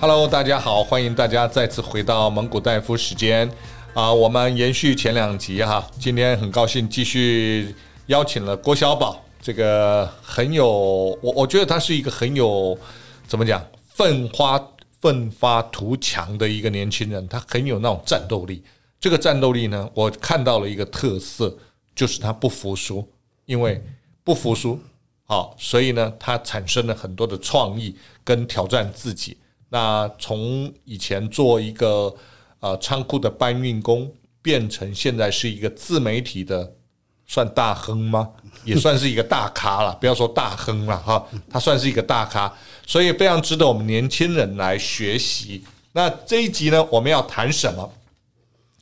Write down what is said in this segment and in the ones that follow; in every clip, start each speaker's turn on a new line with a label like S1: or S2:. S1: Hello，大家好，欢迎大家再次回到蒙古大夫时间啊、我们延续前两集哈，今天很高兴继续邀请了郭小宝，这个很有我我觉得他是一个很有怎么讲奋发奋发图强的一个年轻人，他很有那种战斗力。这个战斗力呢，我看到了一个特色，就是他不服输，因为不服输好，所以呢，他产生了很多的创意跟挑战自己。那从以前做一个呃仓库的搬运工，变成现在是一个自媒体的，算大亨吗？也算是一个大咖了，不要说大亨了哈，他算是一个大咖，所以非常值得我们年轻人来学习。那这一集呢，我们要谈什么？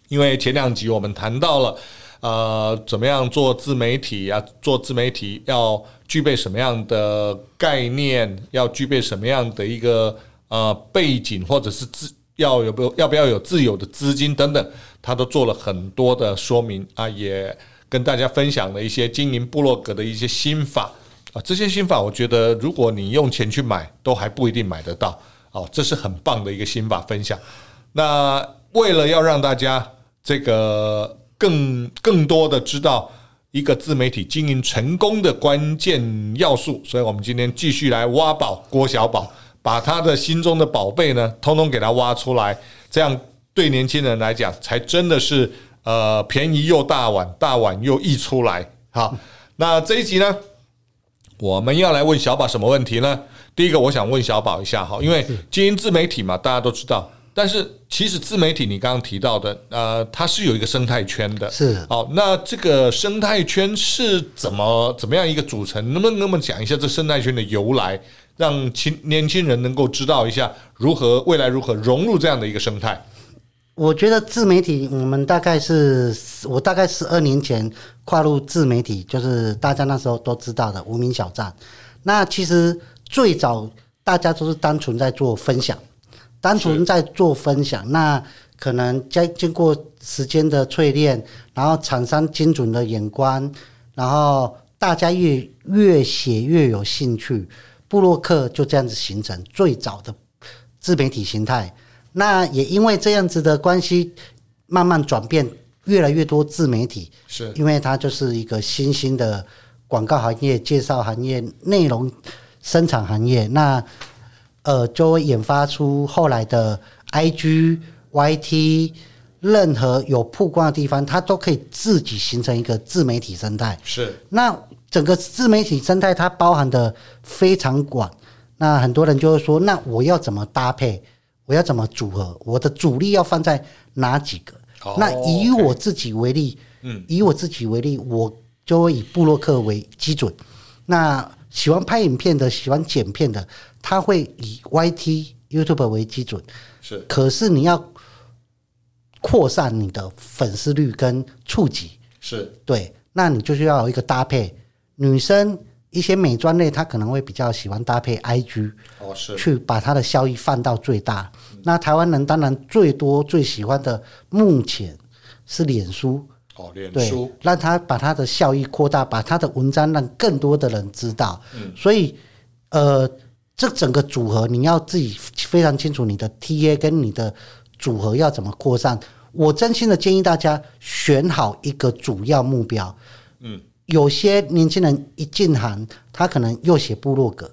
S1: 因为前两集我们谈到了，呃，怎么样做自媒体啊？做自媒体要具备什么样的概念？要具备什么样的一个呃背景，或者是自要有没有要不要有自有的资金等等，他都做了很多的说明啊，也跟大家分享了一些经营部落格的一些心法啊。这些心法，我觉得如果你用钱去买，都还不一定买得到哦。这是很棒的一个心法分享。那为了要让大家这个更更多的知道一个自媒体经营成功的关键要素，所以我们今天继续来挖宝郭小宝，把他的心中的宝贝呢，通通给他挖出来，这样对年轻人来讲，才真的是呃便宜又大碗，大碗又溢出来。好，那这一集呢，我们要来问小宝什么问题呢？第一个，我想问小宝一下哈，因为经营自媒体嘛，大家都知道。但是其实自媒体你刚刚提到的，呃，它是有一个生态圈的。
S2: 是
S1: 好，那这个生态圈是怎么怎么样一个组成？能不能跟我们讲一下这生态圈的由来，让青年轻人能够知道一下如何未来如何融入这样的一个生态？
S2: 我觉得自媒体，我们大概是我大概十二年前跨入自媒体，就是大家那时候都知道的无名小站。那其实最早大家都是单纯在做分享，单纯在做分享。那可能在经过时间的淬炼，然后厂商精准的眼光，然后大家越越写越有兴趣，布洛克就这样子形成最早的自媒体形态。那也因为这样子的关系，慢慢转变，越来越多自媒体，
S1: 是
S2: 因为它就是一个新兴的广告行业、介绍行业、内容生产行业。那呃，就会研发出后来的 IG、YT，任何有曝光的地方，它都可以自己形成一个自媒体生态。
S1: 是
S2: 那整个自媒体生态它包含的非常广，那很多人就会说，那我要怎么搭配？我要怎么组合？我的主力要放在哪几个？
S1: 哦
S2: 那以
S1: OK
S2: 我自己为例，嗯，以我自己为例，我就会以布洛克为基准。那喜欢拍影片的、喜欢剪片的，他会以 YT、YouTube 为基准。
S1: 是
S2: 可是你要扩散你的粉丝率跟触及，
S1: 是
S2: 对，那你就是要有一个搭配。女生一些美妆类，她可能会比较喜欢搭配 IG，
S1: 哦是
S2: 去把它的效益放到最大。那台湾人当然最多最喜欢的目前是脸书，
S1: 哦脸
S2: 对
S1: 书，
S2: 让他把他的效益扩大，把他的文章让更多的人知道。
S1: 嗯
S2: 所以，呃，这整个组合你要自己非常清楚你的 TA 跟你的组合要怎么扩散。我真心的建议大家选好一个主要目标。
S1: 嗯，
S2: 有些年轻人一进行，他可能又写部落格，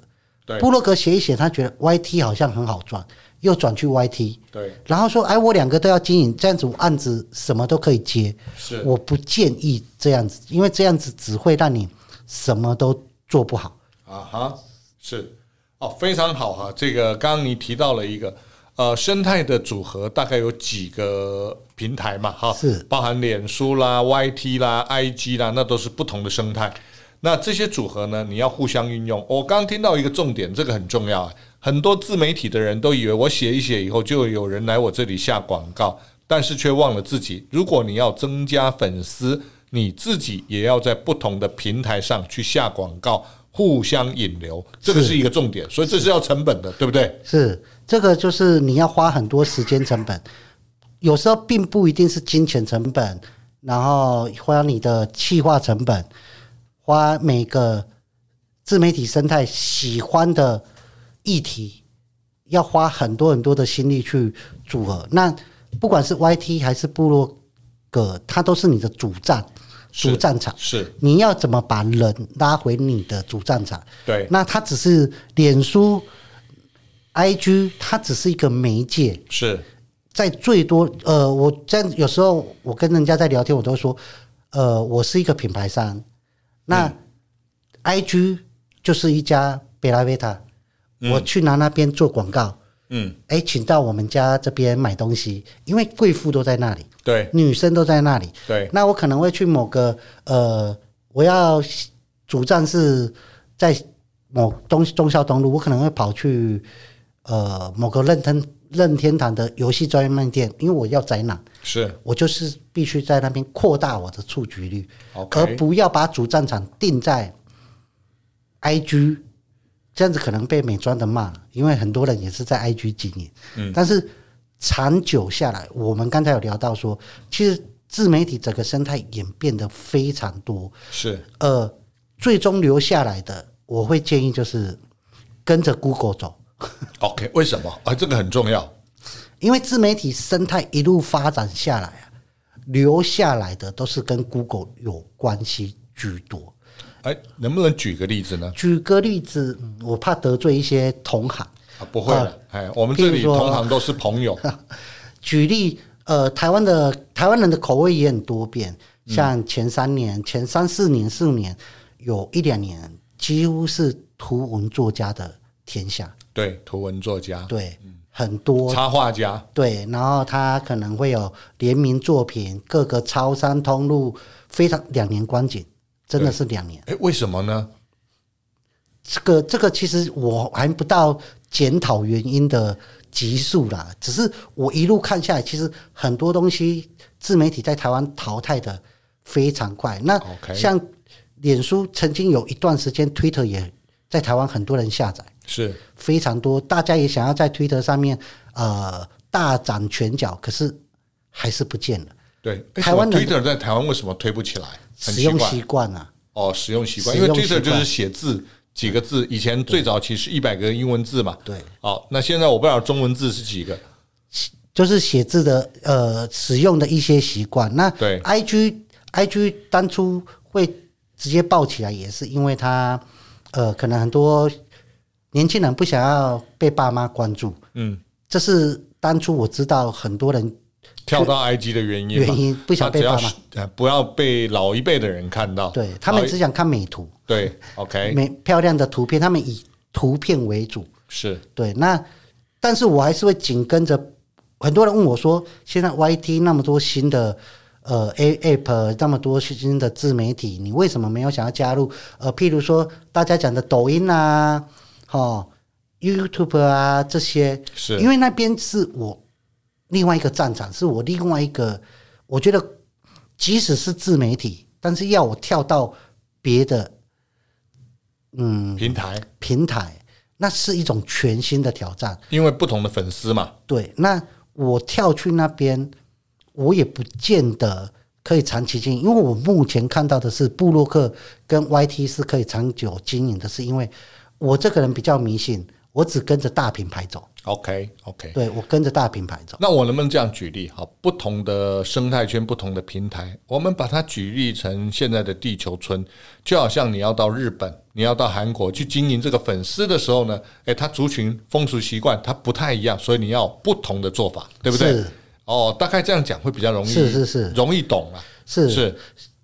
S1: 对
S2: 部落格写一写，他觉得 YT 好像很好赚，又转去 YT，
S1: 对
S2: 然后说，哎，我两个都要经营，这样子我案子什么都可以接。
S1: 是
S2: 我不建议这样子，因为这样子只会让你什么都做不好。
S1: 啊哈，是哦，非常好哈、这个刚刚你提到了一个呃生态的组合，大概有几个平台嘛？哈，
S2: 是
S1: 包含脸书啦、YT 啦、IG 啦，那都是不同的生态。那这些组合呢，你要互相运用。我刚刚听到一个重点，这个很重要啊。很多自媒体的人都以为我写一写以后就有人来我这里下广告，但是却忘了自己。如果你要增加粉丝，你自己也要在不同的平台上去下广告，互相引流，这个是一个重点。所以这是要成本的，对不对？
S2: 是这个，就是你要花很多时间成本，有时候并不一定是金钱成本，然后花你的气化成本，花每个自媒体生态喜欢的议题，要花很多很多的心力去组合。那不管是 YT 还是部落格，它都是你的主战，
S1: 是
S2: 主战场。
S1: 是
S2: 你要怎么把人拉回你的主战场？
S1: 对
S2: 那它只是脸书、IG，它只是一个媒介，
S1: 是
S2: 在最多呃，我在有时候我跟人家在聊天，我都会说，呃，我是一个品牌商，那 IG 就是一家贝拉维塔，我去拿那边做广告，
S1: 嗯
S2: 哎、请到我们家这边买东西，因为贵妇都在那里，
S1: 对
S2: 女生都在那里，
S1: 对
S2: 那我可能会去某个呃，我要主站是在某东中孝东路，我可能会跑去呃某个任天任天堂的游戏专卖店，因为我要宅男，
S1: 是
S2: 我就是必须在那边扩大我的触及率
S1: OK
S2: 而不要把主战场定在 IG，这样子可能被美妆的骂了，因为很多人也是在 IG 经营。嗯，但是长久下来，我们刚才有聊到说，其实自媒体整个生态演变得非常多，
S1: 是
S2: 呃，最终留下来的，我会建议就是跟着 Google 走。
S1: OK，为什么啊？这个很重要。
S2: 因为自媒体生态一路发展下来啊，留下来的都是跟 Google 有关系居多。
S1: 哎，能不能举个例子呢？
S2: 举个例子，嗯我怕得罪一些同行。
S1: 啊，不会了，哎，我们这
S2: 譬
S1: 里
S2: 如说啊
S1: 同行都是朋友，
S2: 举例，呃，台湾的台湾人的口味也很多变，像前三年、前三四年、四五年，有一两年几乎是图文作家的天下，
S1: 对，图文作家、
S2: 对，很多
S1: 插画家，
S2: 对，然后它可能会有联名作品，各个超商通路非常两年光景，真的是两年。
S1: 哎，为什么呢？
S2: 这个这个其实我还不到检讨原因的级数啦，只是我一路看下来，其实很多东西自媒体在台湾淘汰的非常快。那
S1: OK
S2: 像脸书曾经有一段时间，Twitter 也在台湾很多人下载。
S1: 是
S2: 非常多，大家也想要在推特上面呃大展拳脚，可是还是不见了。
S1: 对，哎
S2: 台湾
S1: 什么
S2: 人
S1: Twitter 在台湾为什么推不起来？很奇
S2: 使用
S1: 怪
S2: 习惯啊，
S1: 哦，使用习惯，
S2: 使
S1: 因为
S2: 用习
S1: Twitter
S2: 惯
S1: 就是写字几个字，以前最早期是一百个英文字嘛，
S2: 对，
S1: 哦，那现在我不知道中文字是几个，
S2: 就是写字的呃使用的一些习惯。那
S1: 对
S2: i g i g 当初会直接爆起来，也是因为它呃可能很多年轻人不想要被爸妈关注，
S1: 嗯，
S2: 这是当初我知道很多人
S1: 跳到 IG 的原因嘛，
S2: 原因不想被
S1: 他只要
S2: 爸妈
S1: 是呃不要被老一辈的人看到，
S2: 对他们
S1: 老一
S2: 只想看美图、
S1: 对，OK，
S2: 美漂亮的图片，他们以图片为主。
S1: 是
S2: 对，那但是我还是会紧跟着。很多人问我说，现在 YT 那么多新的呃 A App，那么多新的自媒体，你为什么没有想要加入？呃，譬如说大家讲的抖音啊，哦 YouTube 啊这些，
S1: 是
S2: 因为那边是我另外一个战场，是我另外一个，我觉得即使是自媒体，但是要我跳到别的嗯
S1: 平台，
S2: 平台，那是一种全新的挑战。
S1: 因为不同的粉丝嘛，
S2: 对，那我跳去那边，我也不见得可以长期经营，因为我目前看到的是布洛克跟 YT 是可以长久经营的，是因为我这个人比较迷信，我只跟着大品牌走，
S1: ，OK OK，
S2: 对我跟着大品牌走。
S1: 那我能不能这样举例？哈，不同的生态圈、不同的平台，我们把它举例成现在的地球村，就好像你要到日本、你要到韩国去经营这个粉丝的时候呢，诶，它族群、风俗习惯它不太一样，所以你要有不同的做法，对不对
S2: 是？
S1: 哦，大概这样讲会比较容易，
S2: 是是是
S1: 容易懂啊。
S2: 是
S1: 是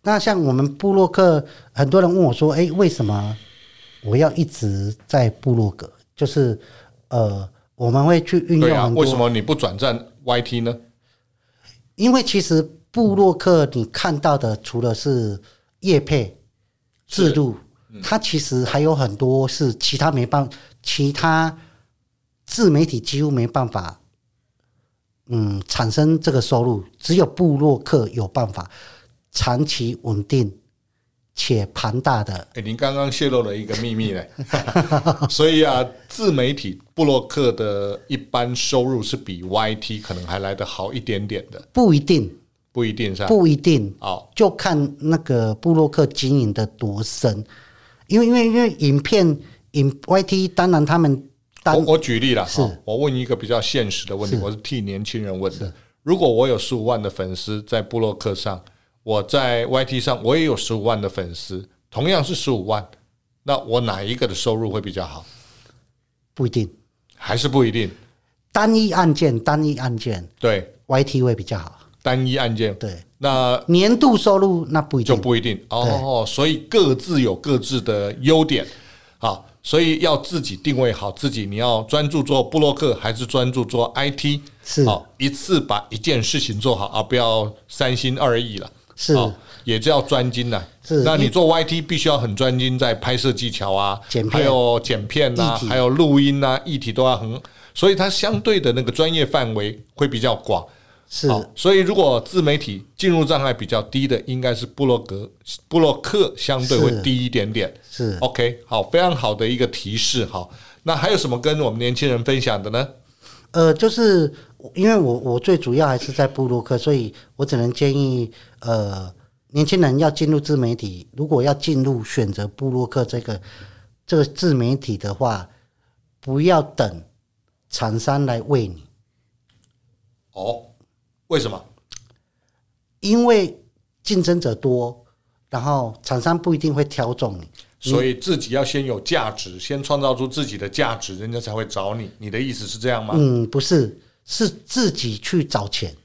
S2: 那像我们布洛克，很多人问我说：“哎、为什么我要一直在布洛格？”就是呃，我们会去运用
S1: 对啊，
S2: 很多
S1: 为什么你不转战 YT 呢？
S2: 因为其实布洛克你看到的，除了是叶配制度，它其实还有很多是其他没办，其他自媒体几乎没办法，嗯，产生这个收入，只有布洛克有办法长期稳定且庞大的。
S1: 哎，您刚刚泄露了一个秘密嘞， 所以啊，自媒体布洛克的一般收入是比 YT 可能还来得好一点点的，
S2: 不一定，
S1: 不一定是吧？啊
S2: 不一定，
S1: 哦，
S2: 就看那个布洛克经营的多深，因为因为因为影片影 YT，当然他们单
S1: 我我举例了，
S2: 是
S1: 哈我问一个比较现实的问题，
S2: 是
S1: 我是替年轻人问的。如果我有十五万的粉丝在布洛克上，我在 YT 上我也有十五万的粉丝，同样是十五万，那我哪一个的收入会比较好？
S2: 不一定，
S1: 还是不一定。
S2: 单一案件单一案件
S1: 对，
S2: YT 会比较好，
S1: 单一案件，
S2: 对，
S1: 那
S2: 年度收入那不一
S1: 就
S2: 定，
S1: 不一定哦。所以各自有各自的优点，好，所以要自己定位好自己，你要专注做布洛克还是专注做 IT？
S2: 是
S1: 好，一次把一件事情做好啊，不要三心二意了。
S2: 是
S1: 好也叫专精呐、
S2: 是
S1: 那你做 YT 必须要很专精，在拍摄技巧啊
S2: 剪，片
S1: 还有剪片呐、
S2: 议题
S1: 还有录音呐、议题都要很，所以它相对的那个专业范围会比较广。
S2: 是
S1: 好，所以如果自媒体进入障碍比较低的，应该是布洛格、布洛克相对会
S2: 是
S1: 低一点点。
S2: 是
S1: OK，好，非常好的一个提示。好，那还有什么跟我们年轻人分享的呢？
S2: 呃，就是因为我我最主要还是在布洛克，所以我只能建议呃年轻人要进入自媒体，如果要进入选择布洛克这个这个自媒体的话，不要等厂商来喂你，
S1: 哦，为什么？
S2: 嗯因为竞争者多，然后厂商不一定会挑中你。
S1: 所以自己要先有价值，先创造出自己的价值，人家才会找你。你的意思是这样吗？
S2: 嗯，不是，是自己去找钱。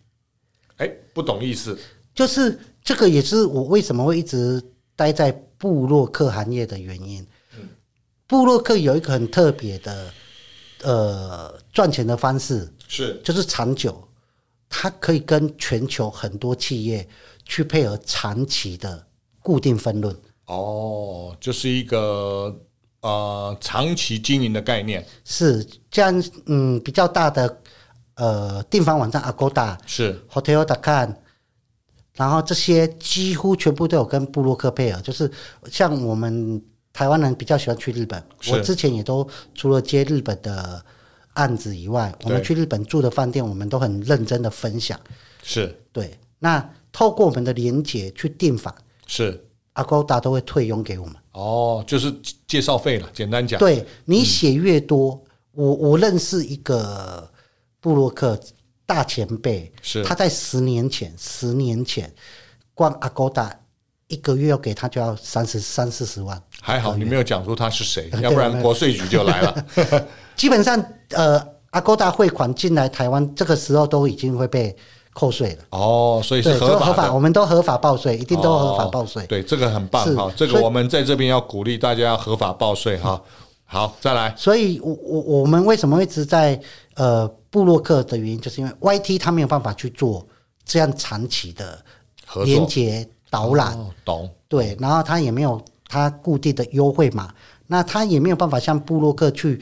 S1: 哎、不懂意思。
S2: 就是这个也是我为什么会一直待在布洛克行业的原因。布洛克有一个很特别的呃赚钱的方式，
S1: 是
S2: 就是长久，它可以跟全球很多企业去配合长期的固定分论。
S1: 哦，就是一个呃长期经营的概念。
S2: 是这样，嗯，比较大的呃订房网站 Agoda、
S1: 是
S2: Hotel.com，然后这些几乎全部都有跟布洛克配合，就是像我们台湾人比较喜欢去日本，
S1: 是
S2: 我之前也都除了接日本的案子以外，我们
S1: 对
S2: 去日本住的饭店，我们都很认真的分享。
S1: 是
S2: 对，那透过我们的连接去订房
S1: 是，
S2: ，Agoda 都会退佣给我们。
S1: 哦，就是介绍费了，简单讲。
S2: 对你
S1: 嗯
S2: 写越多，我我认识一个布洛克大前辈，
S1: 是
S2: 他在十年前，十年前光 Agoda 一个月要给他就要三十三四十万，
S1: 还好你没有讲出他是谁，
S2: 对
S1: 要不然
S2: 对
S1: 国税局就来了。
S2: 基本上呃 Agoda 汇款进来台湾，这个时候都已经会被扣税了。
S1: 哦，所以是
S2: 对，
S1: 合
S2: 都
S1: 法
S2: 合
S1: 的
S2: 法，。我们都合法报税，一定都合法报税。
S1: 哦对，这个很棒
S2: 是
S1: 哈，这个
S2: 所以
S1: 我们在这边要鼓励大家要合法报税哈。好，再来
S2: 所以我，我我们为什么一直在呃布洛克的原因，就是因为 YT 他没有办法去做这样长期的
S1: 合作
S2: 连接导览，
S1: 哦懂
S2: 对，然后他也没有他固定的优惠码，那他也没有办法像布洛克去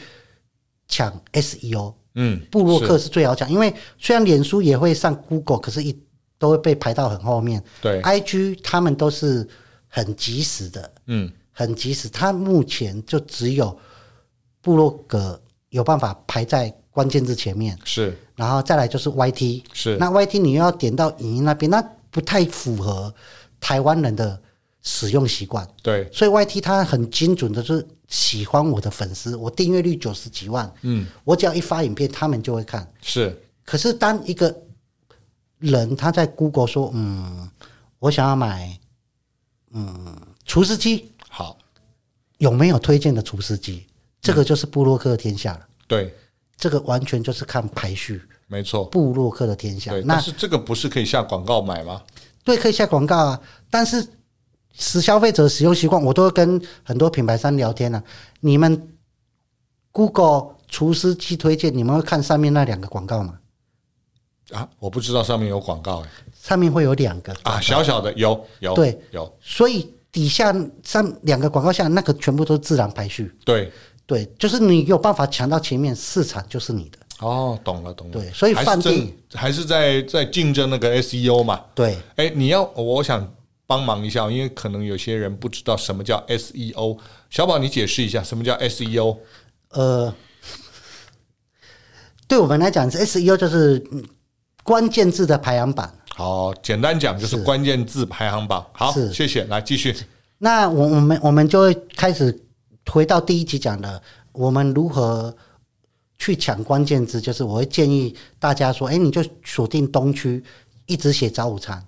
S2: 抢 SEO，
S1: 嗯，
S2: 布洛克
S1: 是
S2: 是最好抢，因为虽然脸书也会上 Google，可是一都会被排到很后面
S1: 对
S2: ，IG 他们都是很及时的，
S1: 嗯
S2: 很及时。它目前就只有部落格有办法排在关键字前面，
S1: 是
S2: 然后再来就是 YT，
S1: 是
S2: 那 YT 你又要点到影音那边，那不太符合台湾人的使用习惯。
S1: 对
S2: 所以 YT 它很精准的，就是喜欢我的粉丝，我订阅率九十几万，嗯，我只要一发影片，他们就会看。
S1: 是
S2: 可是当一个人他在 Google 说，嗯，我想要买，嗯，厨师机，
S1: 好
S2: 有没有推荐的厨师机，这个就是布洛克的天下了。
S1: 对，
S2: 这个完全就是看排序，
S1: 没错
S2: 布洛克的天下
S1: 对。。但
S2: 那
S1: 是这个不是可以下广告买吗？
S2: 对，可以下广告啊，但是使消费者使用习惯，我都会跟很多品牌商聊天啊。你们 Google 厨师机推荐，你们会看上面那两个广告吗？
S1: 啊，我不知道上面有广告哎
S2: 上面会有两个，
S1: 啊，小小的有有
S2: 对
S1: 有
S2: 所以底下上两个广告下那个全部都是自然排序。
S1: 对
S2: 对，就是你有办法抢到前面，市场就是你的。
S1: 哦，懂了懂了。
S2: 对所以
S1: 还是
S2: 饭店
S1: 真还是在在竞争那个 SEO 嘛。
S2: 对，
S1: 哎，你要我想帮忙一下，因为可能有些人不知道什么叫 SEO。小宝，你解释一下什么叫 E SEO？
S2: 呃，对我们来讲，SEO 就是嗯关键字的排行榜。
S1: 好，简单讲就是关键字排行榜。好，
S2: 是
S1: 谢谢，来继续。
S2: 那我我们我们就会开始回到第一集讲的，我们如何去抢关键字，就是我会建议大家说，哎，你就锁定东区，一直写早午餐。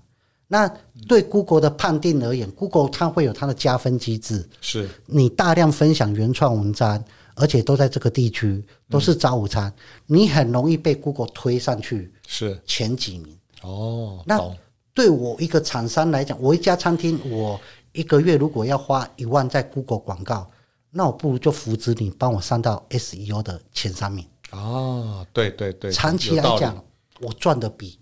S2: 那对 Google 的判定而言，Google 它会有它的加分机制，
S1: 是
S2: 你大量分享原创文章，而且都在这个地区，都是早午餐，你很容易被 Google 推上去
S1: 是
S2: 前几名。
S1: 哦，
S2: 那
S1: 懂
S2: 对我一个厂商来讲，我一家餐厅，我一个月如果要花一万在 Google 广告，那我不如就扶植你帮我上到 SEO 的前三名。
S1: 啊，对对对，
S2: 长期
S1: 有
S2: 来
S1: 道理
S2: 讲，我赚的比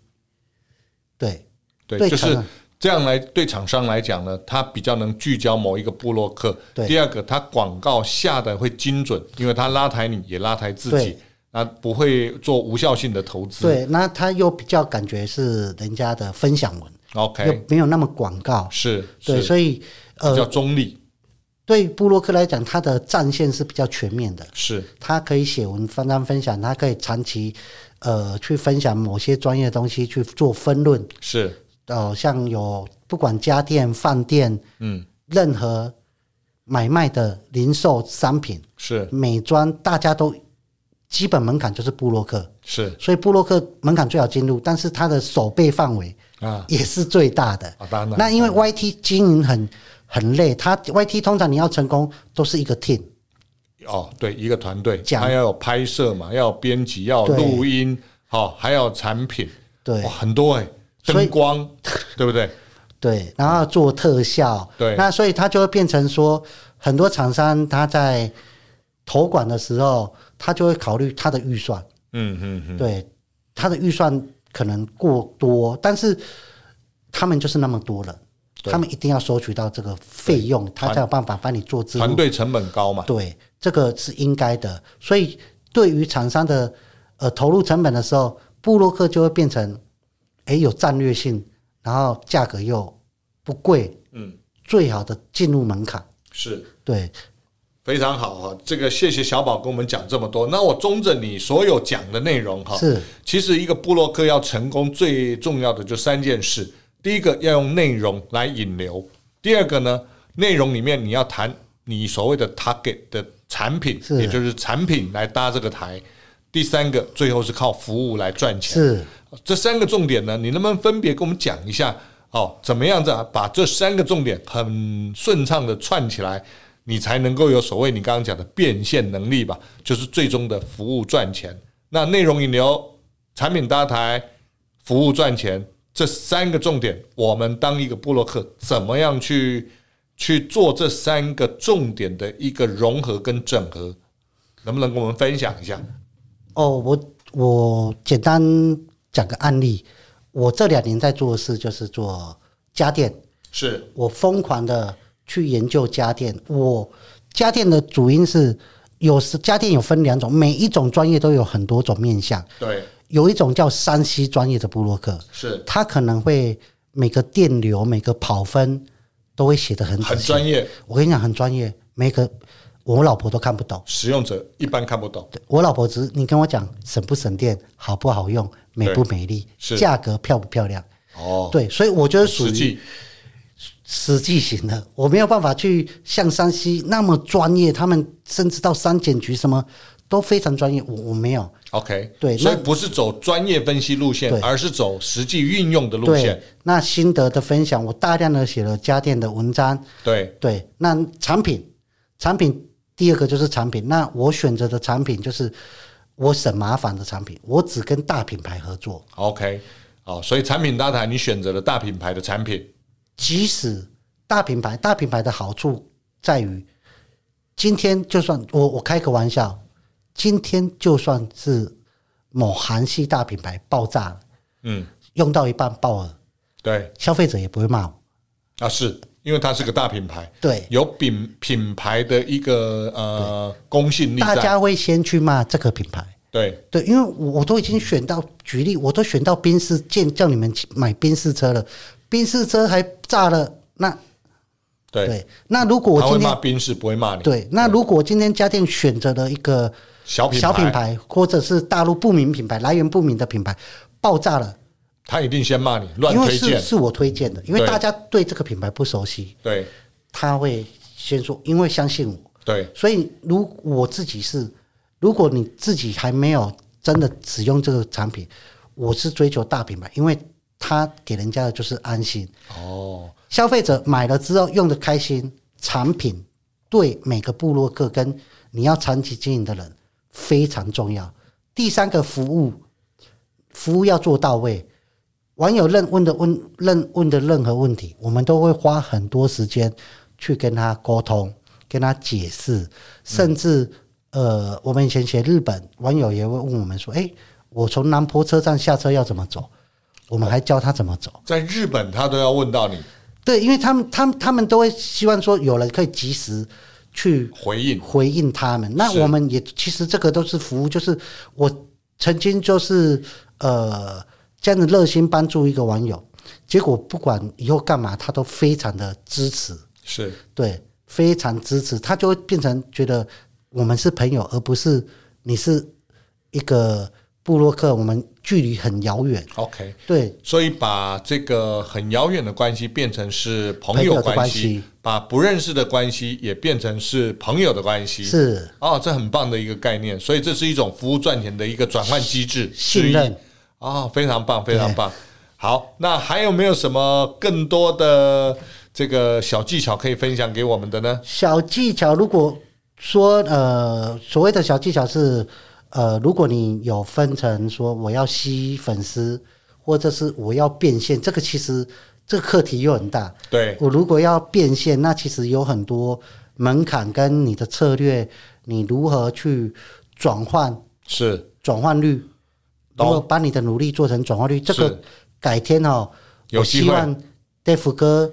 S2: 对
S1: 对，
S2: 对
S1: 就是
S2: 厂商
S1: 这样来对厂商来讲呢，它比较能聚焦某一个部落客。
S2: 对
S1: 第二个，它广告下的会精准，因为它拉抬你，也拉抬自己
S2: 对，
S1: 那不会做无效性的投资。
S2: 对，那他又比较感觉是人家的分享文，又
S1: ，OK，
S2: 没有那么广告。
S1: 是
S2: 对，
S1: 是
S2: 所以
S1: 比较
S2: 呃，
S1: 中立，
S2: 对布洛克来讲，他的战线是比较全面的。
S1: 是
S2: 他可以写文章分享，他可以长期呃去分享某些专业的东西，去做分论。
S1: 是
S2: 呃，像有不管家电、饭店，
S1: 嗯，
S2: 任何买卖的零售商品、
S1: 是
S2: 美妆，大家都基本门槛就是布洛克，
S1: 是
S2: 所以布洛克门槛最好进入，但是它的守备范围
S1: 啊
S2: 也是最大的。
S1: 啊，当然
S2: 那因为 YT 经营很很累，它 YT 通常你要成功都是一个 team，
S1: 哦，对，一个团队，
S2: 讲
S1: 它要有拍摄嘛，要有编辑，要有
S2: 对
S1: 录音，好、还要有产品，
S2: 对
S1: 哇，很多哎、
S2: 所以
S1: 灯光，对不对？
S2: 对，然后做特效，
S1: 对
S2: 那所以它就会变成说，很多厂商他在投管的时候，他就会考虑他的预算，
S1: 嗯嗯嗯，
S2: 对，他的预算可能过多，但是他们就是那么多人，
S1: 对
S2: 他们一定要收取到这个费用，他才有办法帮你做资
S1: 团
S2: 助，
S1: 队成本高嘛，
S2: 对，这个是应该的。所以对于厂商的呃投入成本的时候，布洛克就会变成，哎，有战略性，然后价格又不贵，
S1: 嗯，
S2: 最好的进入门槛。
S1: 是。
S2: 对，
S1: 非常好哈，这个谢谢小宝跟我们讲这么多。那我中着你所有讲的内容哈，
S2: 是
S1: 其实一个布洛克要成功，最重要的就三件事：第一个要用内容来引流；第二个呢，内容里面你要谈你所谓的 target 的产品，
S2: 是
S1: 也就是产品来搭这个台；第三个，最后是靠服务来赚钱。
S2: 是，
S1: 这三个重点呢，你能不能分别跟我们讲一下？哦，怎么样子啊？把这三个重点很顺畅的串起来，你才能够有所谓你刚刚讲的变现能力吧，就是最终的服务赚钱。那内容引流、产品搭台、服务赚钱这三个重点，我们当一个布洛克怎么样去去做这三个重点的一个融合跟整合？能不能跟我们分享一下？
S2: 哦，我我简单讲个案例，我这两年在做的事就是做家电，
S1: 是
S2: 我疯狂的去研究家电。我家电的主因是有时家电有分两种，每一种专业都有很多种面向，
S1: 对，
S2: 有一种叫山西专业的布洛克，
S1: 是
S2: 他可能会每个电流、每个跑分都会写得很仔
S1: 很
S2: 细。
S1: 专业。
S2: 我跟你讲，很专业，每个我老婆都看不懂。
S1: 使用者一般看不懂。
S2: 对我老婆只是你跟我讲省不省电、好不好用、美不美丽
S1: 是、
S2: 价格漂不漂亮，
S1: 哦，
S2: 对，所以我觉得属
S1: 实
S2: 于
S1: 际
S2: 实际型的，我没有办法去像山西那么专业，他们甚至到三检局什么都非常专业，我我没有。
S1: OK，
S2: 对
S1: 所以
S2: 那
S1: 不是走专业分析路线
S2: 对，
S1: 而是走实际运用的路
S2: 对
S1: 线。，
S2: 那心得的分享，我大量的写了家电的文章。
S1: 对，
S2: 对，那产品，产品第二个就是产品，那我选择的产品就是我省麻烦的产品，我只跟大品牌合作。
S1: OK，哦，所以产品搭台，你选择了大品牌的产品，
S2: 即使大品牌，大品牌的好处在于，今天就算我我开个玩笑，今天就算是某韩系大品牌爆炸了，
S1: 嗯，
S2: 用到一半爆了，
S1: 对，
S2: 消费者也不会骂我。
S1: 啊，是因为它是个大品牌，
S2: 对，
S1: 有品品牌的一个呃公信力
S2: 大
S1: 在，
S2: 家会先去骂这个品牌。
S1: 对，
S2: 对，因为我我都已经选到，举例我都选到宾士，见叫你们去买宾士车了，宾士车还炸了，那
S1: 对，
S2: 对，那如果
S1: 他
S2: 我
S1: 会
S2: 今
S1: 骂
S2: 天
S1: 宾士，不会骂你，
S2: 对，那如果今天家电选择了一个
S1: 小品
S2: 哦小品，牌或者是大陆不明品牌、来源不明的品牌爆炸了，
S1: 他一定先骂你，乱
S2: 因为
S1: 推
S2: 是
S1: 荐，
S2: 是我推荐的，因为
S1: 对
S2: 大家对这个品牌不熟悉，
S1: 对，
S2: 他会先说，因为相信我，
S1: 对，
S2: 所以如我自己是如果你自己还没有真的使用这个产品，我是追求大品牌，因为它给人家的就是安心。
S1: 哦，
S2: 消费者买了之后用的开心，产品对每个部落客跟你要长期经营的人非常重要。第三个服务，服务要做到位。网友任问的问任问的任何问题，我们都会花很多时间去跟他沟通，跟他解释，甚至、呃，我们以前写日本网友也会问我们说：“哎、我从南坡车站下车要怎么走？”我们还教他怎么走。
S1: 在日本他都要问到你
S2: 对，因为他们他们他们都会希望说有人可以及时去
S1: 回应，
S2: 回应他们。那
S1: 是
S2: 我们也其实这个都是服务，就是我曾经就是呃这样的热心帮助一个网友，结果不管以后干嘛，他都非常的支持，
S1: 是
S2: 对，非常支持，他就会变成觉得我们是朋友，而不是你是一个布洛克，我们距离很遥远，
S1: OK。
S2: 对，
S1: 所以把这个很遥远的关系变成是朋友
S2: 朋友的
S1: 关
S2: 关
S1: 系
S2: 系，
S1: 把不认识的关系也变成是朋友的关系。
S2: 是
S1: 哦，这很棒的一个概念，所以这是一种服务赚钱的一个转换机制之
S2: 信
S1: 一。
S2: 任。
S1: 哦，非常棒，非常棒。好，那还有没有什么更多的这个小技巧可以分享给我们的呢？
S2: 小技巧，如果说呃，所谓的小技巧是呃，如果你有分成说我要吸粉丝，或者是我要变现，这个其实这个课题又很大。
S1: 对，
S2: 我如果要变现，那其实有很多门槛跟你的策略，你如何去转换
S1: 是
S2: 转换率，如
S1: 懂
S2: 何把你的努力做成转换率，这
S1: 是
S2: 个改天哦，
S1: 有
S2: 我
S1: 机
S2: 希
S1: 会
S2: 望 Dave 哥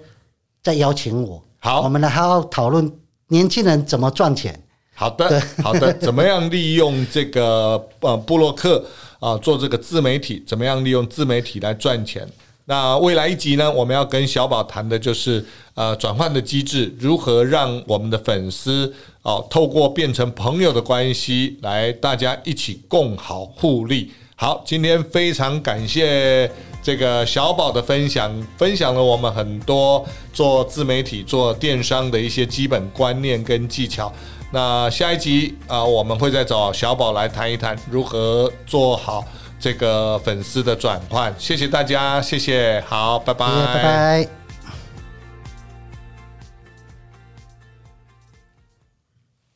S2: 再邀请我。我
S1: 好
S2: 们来好好讨论年轻人怎么赚钱。
S1: 好的好的，怎么样利用这个呃布洛克啊、做这个自媒体，怎么样利用自媒体来赚钱？那未来一集呢，我们要跟小宝谈的就是呃转换的机制，如何让我们的粉丝哦、透过变成朋友的关系来大家一起共好互利。好，今天非常感谢这个小宝的分享，分享了我们很多做自媒体、做电商的一些基本观念跟技巧。那下一集啊、我们会再找小宝来谈一谈如何做好这个粉丝的转换。谢谢大家，谢谢，好，
S2: 谢谢拜拜。